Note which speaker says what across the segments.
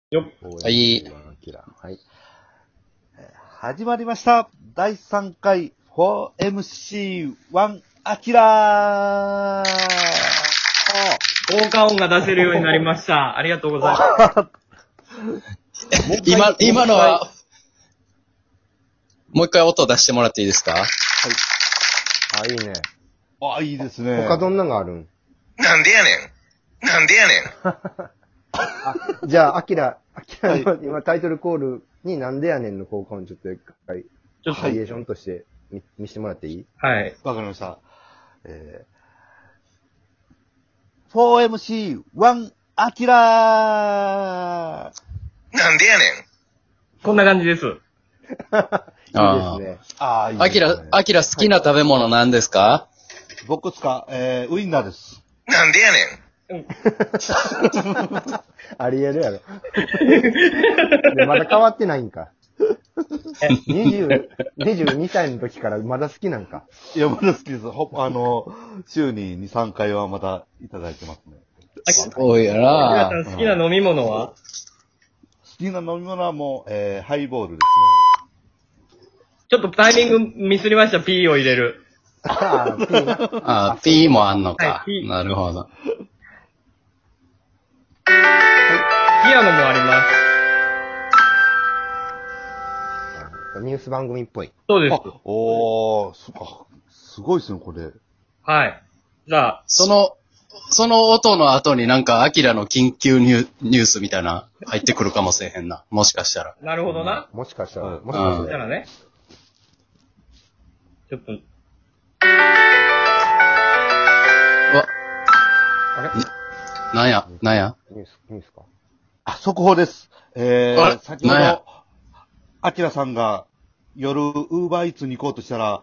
Speaker 1: はい
Speaker 2: 応援してる
Speaker 3: よっ。
Speaker 2: よアキラはい。
Speaker 4: 始まりました第3回 4MC1 アキラー
Speaker 3: 効果音が出せるようになりました。ありがとうございます。
Speaker 1: 今、今のは、もう一回音出してもらっていいですか
Speaker 2: あ、いいね。
Speaker 4: あ、いいですね。
Speaker 2: 他どんなのがあるん
Speaker 5: なんでやねん。なんでやねん。
Speaker 2: あ、じゃあ、アキラ、アキラ
Speaker 4: は
Speaker 2: の今タイトルコールになんでやねんの効果音ちょっと一回、
Speaker 3: ちょっと、
Speaker 2: バリエーションとして見見してもらっていい
Speaker 3: はい。
Speaker 4: わかりました。えー、4MC1 アキラー
Speaker 5: なんでやねん。
Speaker 3: こんな感じです。
Speaker 1: あ
Speaker 2: いいですね。
Speaker 4: あーいいですね。
Speaker 1: あきら、あきら好きな食べ物何ですか
Speaker 4: 僕っすかえー、ウインナーです。
Speaker 5: なんでやねん。
Speaker 2: ありえるやろ。で、まだ変わってないんか。20 22歳の時からまだ好きなんか。
Speaker 4: いや、まだ好きです。ほ、あの、週に2、3回はまたいただいてますね。
Speaker 1: すごいや
Speaker 3: 皆さ
Speaker 1: な。
Speaker 3: ん好きな飲み物は
Speaker 4: 好きな飲み物はもう、えー、ハイボールですね。
Speaker 3: ちょっとタイミングミスりました。P を入れる。
Speaker 2: あーピーな
Speaker 1: あ、P もあんのか
Speaker 3: は。い P
Speaker 1: なるほど。
Speaker 3: ピアノもあります。
Speaker 2: ニュース番組っぽい。
Speaker 3: そうです。
Speaker 4: あ、おー、そっか。すごいですね、これ。
Speaker 3: はい。じゃあ、
Speaker 1: その、その音の後になんか、アキラの緊急ニュニュースみたいな、入ってくるかもしれへんな。もしかしたら。
Speaker 3: なるほどな。
Speaker 2: もしかしたら、
Speaker 4: うん
Speaker 2: もしか
Speaker 3: そ
Speaker 2: し
Speaker 3: し
Speaker 2: たた
Speaker 3: ら
Speaker 2: ら。
Speaker 3: ね。ちょっと、
Speaker 1: わ、
Speaker 2: あれ
Speaker 1: なんや、なんや。
Speaker 2: ニュース、ニュースか。
Speaker 4: あ、速報です。え
Speaker 1: あれ
Speaker 4: ー、先ほ
Speaker 1: なんや
Speaker 4: ど、アキラさんが夜、ウーバーイーツに行こうとしたら、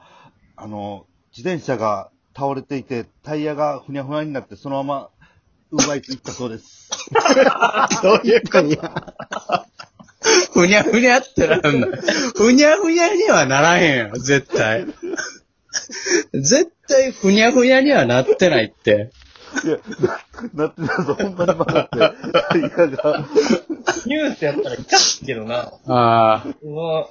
Speaker 4: あの、自転車が倒れていて、タイヤがふにゃふにゃになって、そのまま、ウーバーイーツ行ったそうです。
Speaker 1: どういうことふにゃふにゃってなんだ。ふにゃふにゃにはならへんよ、絶対。絶対ふにゃふにゃにはなってないって。
Speaker 4: いや、ななってたぞ、ほんまに曲がって。タイヤが。
Speaker 3: ニュースやったら来たけどな。
Speaker 1: あ
Speaker 3: うわ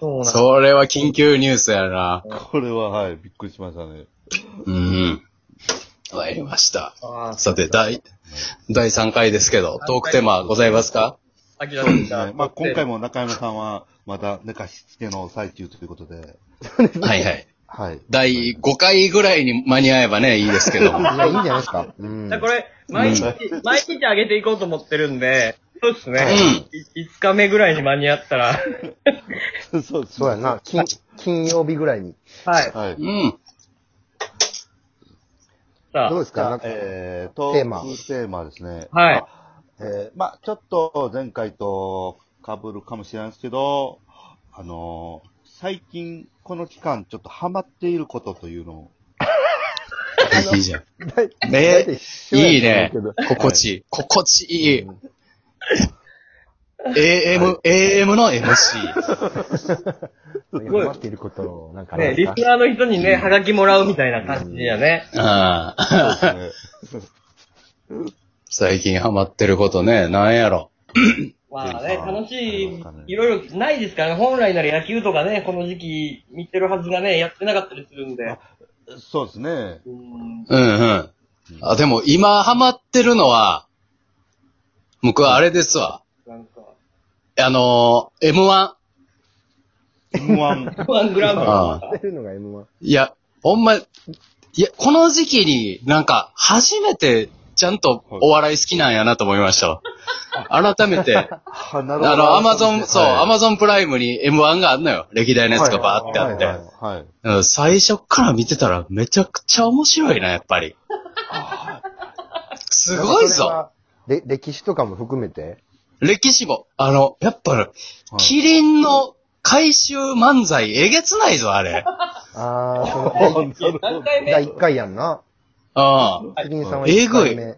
Speaker 3: そう
Speaker 1: あ、
Speaker 3: なん
Speaker 1: それは緊急ニュースやな。
Speaker 4: これは、はい、びっくりしましたね。
Speaker 1: うん。わかりました。
Speaker 3: あ
Speaker 1: さて、第、第3回ですけど、トークテーマございますか
Speaker 3: あきらさんじゃ
Speaker 4: はいまあ、今回も中山さんは、まだ寝かしつけの最中ということで、
Speaker 1: はいはい。
Speaker 4: はい。
Speaker 1: 第5回ぐらいに間に合えばね、いいですけども。
Speaker 2: いや、いいんじゃないですか。うん
Speaker 3: じゃあ。これ、毎日、毎日上げていこうと思ってるんで、そうですね。い5日目ぐらいに間に合ったら、
Speaker 4: そう
Speaker 2: そうや。な。金、金曜日ぐらいに。
Speaker 3: はい。
Speaker 4: はい。
Speaker 1: うん。
Speaker 3: さ
Speaker 2: どう
Speaker 3: あ、
Speaker 2: ですかなんか
Speaker 4: えー、と、
Speaker 2: テーマ
Speaker 4: トークテーマですね。
Speaker 3: はい。
Speaker 4: えー、まあちょっと前回と被るかもしれないですけど、あのー最近この期間ちょっとハマっていることというのを、
Speaker 1: いいじゃん。
Speaker 2: 大体
Speaker 1: ね
Speaker 2: 一緒やと思う
Speaker 1: いいね
Speaker 2: けど。
Speaker 1: 心地いい。心地いい。
Speaker 2: うん
Speaker 1: AM、AM の MC。
Speaker 3: ごい
Speaker 2: 待っていることを、なんかあ
Speaker 3: ね、
Speaker 2: り
Speaker 3: リ
Speaker 2: ます
Speaker 3: スナーの人にね、はがきもらうみたいな感じやね。
Speaker 1: ああ。最近ハマってることね、なんやろ。
Speaker 3: まあね、
Speaker 4: うん
Speaker 3: 楽し
Speaker 4: う
Speaker 3: い
Speaker 4: ん、
Speaker 3: いろいろないですからね。本来なら野球とかね、この時期見てるはずがね、やってなかったりするんで。
Speaker 4: そうですね。
Speaker 3: うん。
Speaker 1: うんうん。あ、でも今ハマってるのは、僕はあれですわ。
Speaker 3: なんか、
Speaker 1: あのー、M1。
Speaker 4: M1。
Speaker 3: ワングラム
Speaker 1: あ
Speaker 2: か。ってるのが M1。
Speaker 1: いや、ほんま、いや、この時期になんか初めてちゃんとお笑い好きなんやなと思いましたわ。改めて、
Speaker 4: あ
Speaker 1: あの、アマゾン、そう、ア
Speaker 4: マ
Speaker 1: マゾンプライムに M1 があんのよ。歴代のやつがバーってあって。
Speaker 2: はいは
Speaker 4: ゾ
Speaker 2: い
Speaker 4: ン。はい。
Speaker 1: うん最初から見てたらめちゃくちゃ面白いな、やっぱり。すごいぞ。
Speaker 2: で、歴史とかも含めて。
Speaker 1: 歴史も。あの、やっぱ、キリンの回収漫才えげつないぞ、あれ。
Speaker 2: あー、その、
Speaker 3: 何回目
Speaker 2: 第1回やんな。
Speaker 1: うん。
Speaker 2: キリンさんは1回目。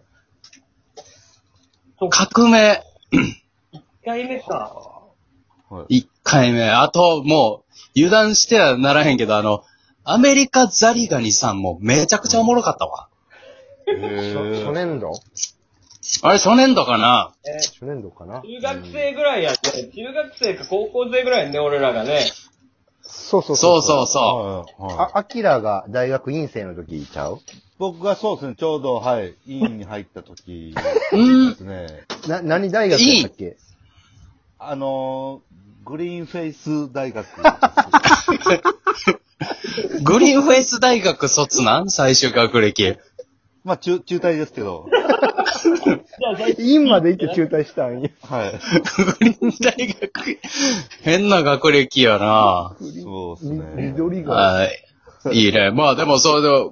Speaker 1: 革命、
Speaker 3: ?1 回目か。
Speaker 1: 1回目。あと、もう、油断してはならへんけど、あの、アメリカザリガニさんもめちゃくちゃおもろかったわ。
Speaker 4: へー
Speaker 2: 初初年度
Speaker 1: あれ、初年度かな
Speaker 2: 初年度かな。
Speaker 3: 中学生ぐらいやね。中学生か高校生ぐらいね、俺らがね。
Speaker 2: そうそう
Speaker 1: そう
Speaker 2: う。
Speaker 1: そうそ
Speaker 4: はいはい
Speaker 2: あ、アキラが大学院生の時ちゃう
Speaker 4: 僕がそうですね、ちょうど、はい、院に入った時
Speaker 1: う。う
Speaker 4: で
Speaker 1: ん。
Speaker 4: すね。
Speaker 2: な、何大学だったっけ
Speaker 4: あのー、グリーンフェイス大学。
Speaker 1: グリーンフェイス大学卒なん最終学歴。
Speaker 4: まあ、中、中退ですけど。
Speaker 2: 院まで行って中退したんや。
Speaker 4: はい。
Speaker 1: グリーン大学、変な学歴やな
Speaker 4: そうです
Speaker 2: み
Speaker 4: ね。
Speaker 2: 緑が。
Speaker 1: はい。いいね。まあでも、それで、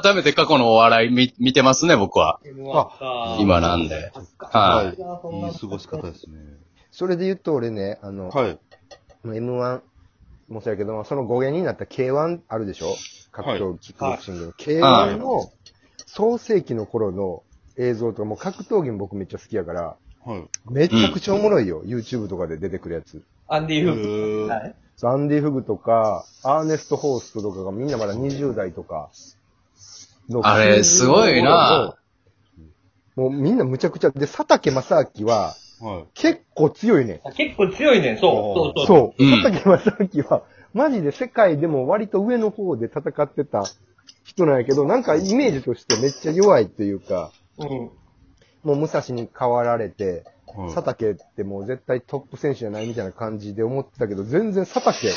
Speaker 1: 改めて過去のお笑い見見てますね、僕は。
Speaker 3: あ
Speaker 1: 今なんで。
Speaker 4: は。
Speaker 1: はい
Speaker 4: いい過ごし方ですね。
Speaker 2: それで言うと俺ね、あの、
Speaker 4: はい。
Speaker 2: M1 もそうやけど、その語源になった K1 あるでしょ格闘技、キックボクシングの。
Speaker 1: はい
Speaker 2: K1 の創世紀の頃の映像とか、もう格闘技も僕めっちゃ好きやから、
Speaker 4: はい。
Speaker 2: めちゃくちゃおもろいよ。YouTube とかで出てくるやつ。
Speaker 3: アンディ・フープ。は
Speaker 4: はい
Speaker 2: アンディ・フグとか、アーネスト・ホーストとかがみんなまだ20代とかの
Speaker 1: あれ、すごいな
Speaker 2: もうみんなむちゃくちゃ。で、佐竹正明は結構強いねん。
Speaker 3: あ結構強いね。そう、そう、そう。
Speaker 2: そう。
Speaker 1: うん
Speaker 2: 佐竹正明は、マジで世界でも割と上の方で戦ってた人なんやけど、なんかイメージとしてめっちゃ弱いというか、
Speaker 3: うん。
Speaker 2: もう武蔵に変わられて、
Speaker 4: はい
Speaker 2: 佐竹ってもう絶対トップ選手じゃないみたいな感じで思ってたけど、全然佐竹、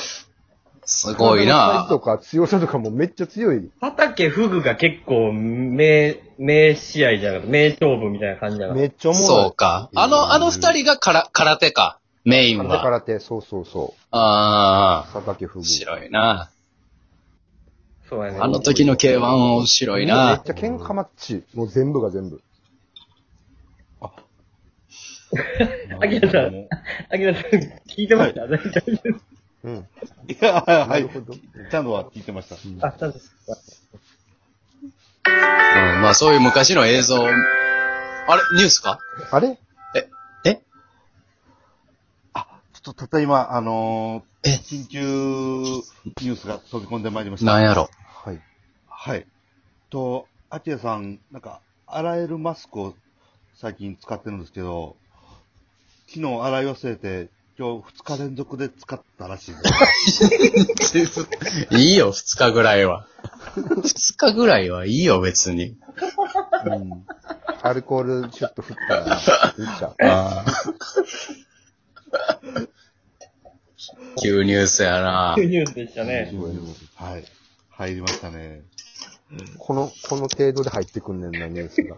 Speaker 1: すごい
Speaker 2: 体のサイズと
Speaker 1: な
Speaker 2: か強さとかもめっちゃ強い。
Speaker 3: 畑フグが結構、名、名試合じゃなくて、名勝負みたいな感じだから
Speaker 2: め。っちゃおもろい。
Speaker 1: そうか。あの、あの二人がから空手か。メイン
Speaker 2: だか
Speaker 1: は。
Speaker 2: ら手、そうそうそう。
Speaker 1: ああ、
Speaker 2: 佐竹フグ。
Speaker 1: 面白いな
Speaker 3: そうやね。
Speaker 1: あの時の K1 は面白い
Speaker 2: めっ
Speaker 1: な
Speaker 2: ちゃ喧嘩マッチ。もう全部が全部。
Speaker 3: アキラさん、アキラさん、聞いてました大丈夫です
Speaker 2: うん。
Speaker 4: いや、は
Speaker 2: ないる。ほど。
Speaker 4: ちゃんとは聞いてました。
Speaker 3: あ、そうです。
Speaker 1: うん、まあそういう昔の映像。あれ、ニュースか
Speaker 2: あれ
Speaker 1: え、え
Speaker 4: ちょっとたった今、あのー
Speaker 1: え
Speaker 4: 緊急ニュースが飛び込んでまいりました。
Speaker 1: なんやろ。
Speaker 2: はい。
Speaker 4: はい。と、アキラさん、なんか、洗えるマスクを最近使ってるんですけど、昨日洗い忘れて、今日2日連続で使ったらしいです。
Speaker 1: いいよ、二日ぐらいは。二日ぐらいはいいよ、別に。
Speaker 2: うん。アルコールちょっと振ったら、振っち ゃう。
Speaker 1: 急ニュースやな
Speaker 3: ニュースでしたね。
Speaker 4: はい。入りましたね。
Speaker 2: この、この程度で入ってくんねんな、ニュー スが。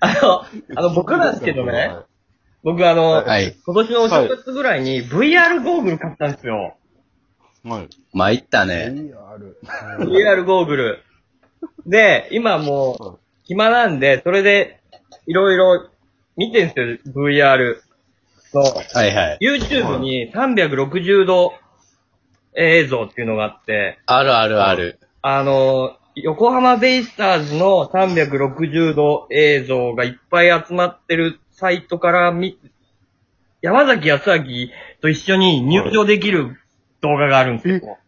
Speaker 3: あの、あの、僕なんですけどね、僕あの、
Speaker 1: はい。
Speaker 3: 今年のお正月ぐらいに VR ゴーグル買ったんですよ。
Speaker 4: はい。
Speaker 1: 参ったね。
Speaker 2: VR。
Speaker 3: VR ゴーグル。で、今もう、暇なんで、それで、いろいろ見てんすよ、VR の。
Speaker 1: はいはい。
Speaker 3: YouTube に360度映像っていうのがあって、
Speaker 1: あるあるある。
Speaker 3: あの、横浜ベイスターズの360度映像がいっぱい集まってるサイトから見、山崎康明と一緒に入場できる動画があるんですよ。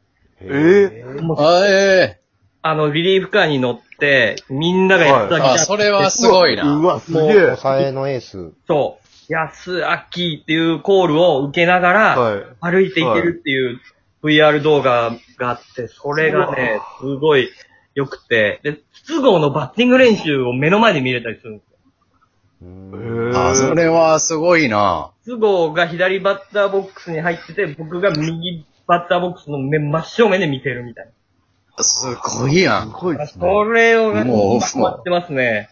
Speaker 2: え
Speaker 1: あえ
Speaker 3: あの、リリーフカーに乗って、みんなが
Speaker 1: え
Speaker 3: 安
Speaker 1: あ、
Speaker 3: 明
Speaker 1: それはすごいな。
Speaker 4: うわ、すげ
Speaker 2: もう、
Speaker 4: え。
Speaker 2: 抑えのエース。
Speaker 3: そう、安明っていうコールを受けながら、
Speaker 4: はい。
Speaker 3: 歩いていけるっていう VR 動画があって、それがね、すごい良くて、で、筒香のバッティング練習を目の前で見れたりするんですよ
Speaker 2: うん。
Speaker 1: あ、それはすごいな。
Speaker 3: 筒香が左バッターボックスに入ってて、僕が右バッターボックスの目真正面で見てるみたい
Speaker 1: すごいやん。
Speaker 3: な。それをね、
Speaker 1: もう
Speaker 3: ハマってますね。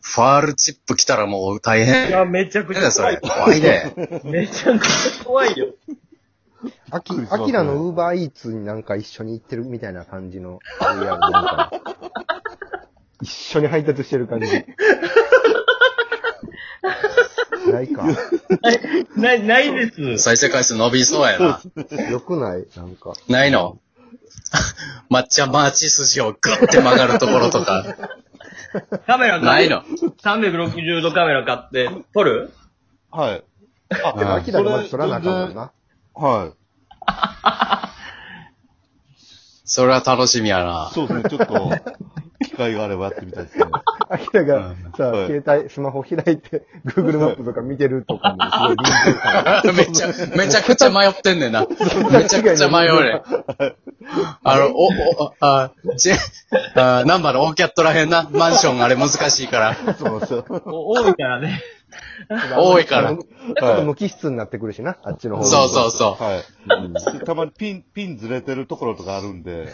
Speaker 1: ファールチップ来たらもう大変
Speaker 3: い
Speaker 1: や
Speaker 3: や、めちゃくちゃ
Speaker 1: ね、そ
Speaker 3: 怖
Speaker 1: れ。
Speaker 3: い。
Speaker 1: 怖いね。
Speaker 3: めちゃくちゃ怖いよ。
Speaker 2: アキ、アキラのウーバーイーツになんか一緒に行ってるみたいな感じの VR なんか 一緒に配達してる感じ。 ないか。
Speaker 3: ない、ないです。
Speaker 1: 再生回数伸びそうやな。
Speaker 2: よくないなん か。
Speaker 1: ないの 抹茶マーチ筋をグッて曲がるところとか。
Speaker 3: カメラ
Speaker 1: ないの。
Speaker 3: 360度カメラ買って、撮 る
Speaker 4: はい。
Speaker 2: でも、アキラがまず取らなあかんもん
Speaker 4: それ
Speaker 2: な。
Speaker 4: は。。
Speaker 1: それは楽しみやない
Speaker 4: そうですね、ちょっと、会があればやってみたい ですね。
Speaker 2: アキラが
Speaker 4: うん
Speaker 2: さ、
Speaker 4: はい
Speaker 2: 携帯、スマホ開いて、Google マップとか見てるとかも、すごい臨場感が
Speaker 1: めちゃ、めちゃくちゃ迷ってんねん な。めちゃくちゃ迷うねん。あの、お、お、あ、ち、あ、ナンバーのオーキャットらへんな。マンションあれ難しいから。
Speaker 4: そうそう。
Speaker 3: 多いからね。
Speaker 1: 多い から。
Speaker 2: ちょっと無機質になってくるしな、あっちの方が
Speaker 1: そうそうそ
Speaker 4: はい。たまにピン、ピンずれてるところとかあるん で。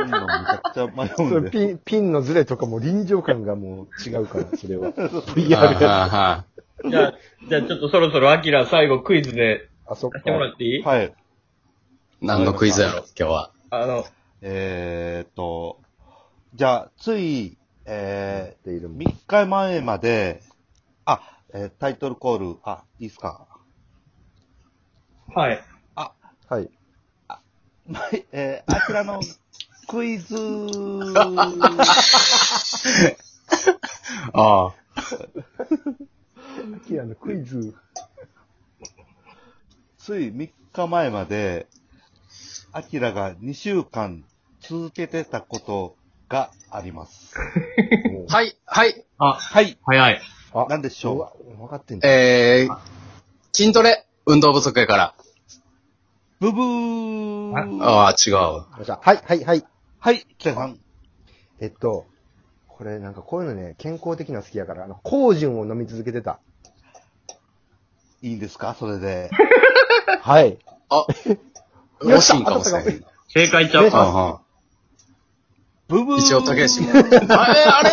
Speaker 4: ピンのめちゃくちゃ迷
Speaker 2: そ
Speaker 4: うんで。
Speaker 2: れピン、ピンのズレとかも臨場感がもう違うから、それは。
Speaker 1: う。はあはあはあ
Speaker 3: じゃあ、じゃあちょっとそろそろアキラ最後クイズで
Speaker 2: あ、そっか
Speaker 3: やっ。てもらっていい、
Speaker 4: はい。
Speaker 1: 何のクイズやろ、今日は。
Speaker 3: あの、
Speaker 4: えーっと、じゃあ、つい、え
Speaker 2: ってい
Speaker 4: ー、
Speaker 2: るもん
Speaker 4: 3日前まで、あ、えータイトルコール、あ、いいっすか。
Speaker 3: はい。
Speaker 2: はい。
Speaker 4: はい、えー、あちら のクイズ、
Speaker 1: ああ。
Speaker 2: アキラのクイズ。
Speaker 4: つい3日前まで、アキラが2週間続けてたことがあります。
Speaker 1: はい、はい。あ、はい。早い。
Speaker 2: あ
Speaker 4: なんでしょう
Speaker 2: うわ分かってんじゃん。
Speaker 1: えー、筋トレ、運動不足やから。
Speaker 4: ブブー
Speaker 1: ああ、違う。
Speaker 2: よっしゃはい、はい、はい。
Speaker 4: はい、北さん。
Speaker 2: えっと、これなんかこういうのね、健康的なの好きやから、あの、コージュンを飲み続けてた。
Speaker 4: いいんですかそれで。
Speaker 2: はい。
Speaker 1: あ、惜しいんかもしれない。
Speaker 3: 正解ちゃう
Speaker 1: あ
Speaker 3: か。
Speaker 4: ブブ
Speaker 1: あ
Speaker 4: ー
Speaker 1: 一応、竹内も。あれ、あれ、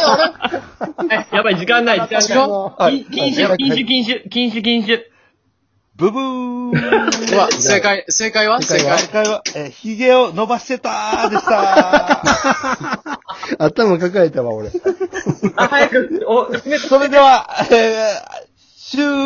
Speaker 1: あれ
Speaker 3: え、やばい、時間ない、時間ない。
Speaker 2: は
Speaker 3: 禁禁酒、禁酒、禁酒、禁酒、禁酒。
Speaker 4: ブブー
Speaker 1: うわ、正解、正解は正
Speaker 2: 正解
Speaker 1: 解
Speaker 4: 正解は、えー、髭を伸ばしてたーでしたー
Speaker 2: 頭抱えたわ、俺。
Speaker 3: あ、早く、お、
Speaker 4: それでは、えー、終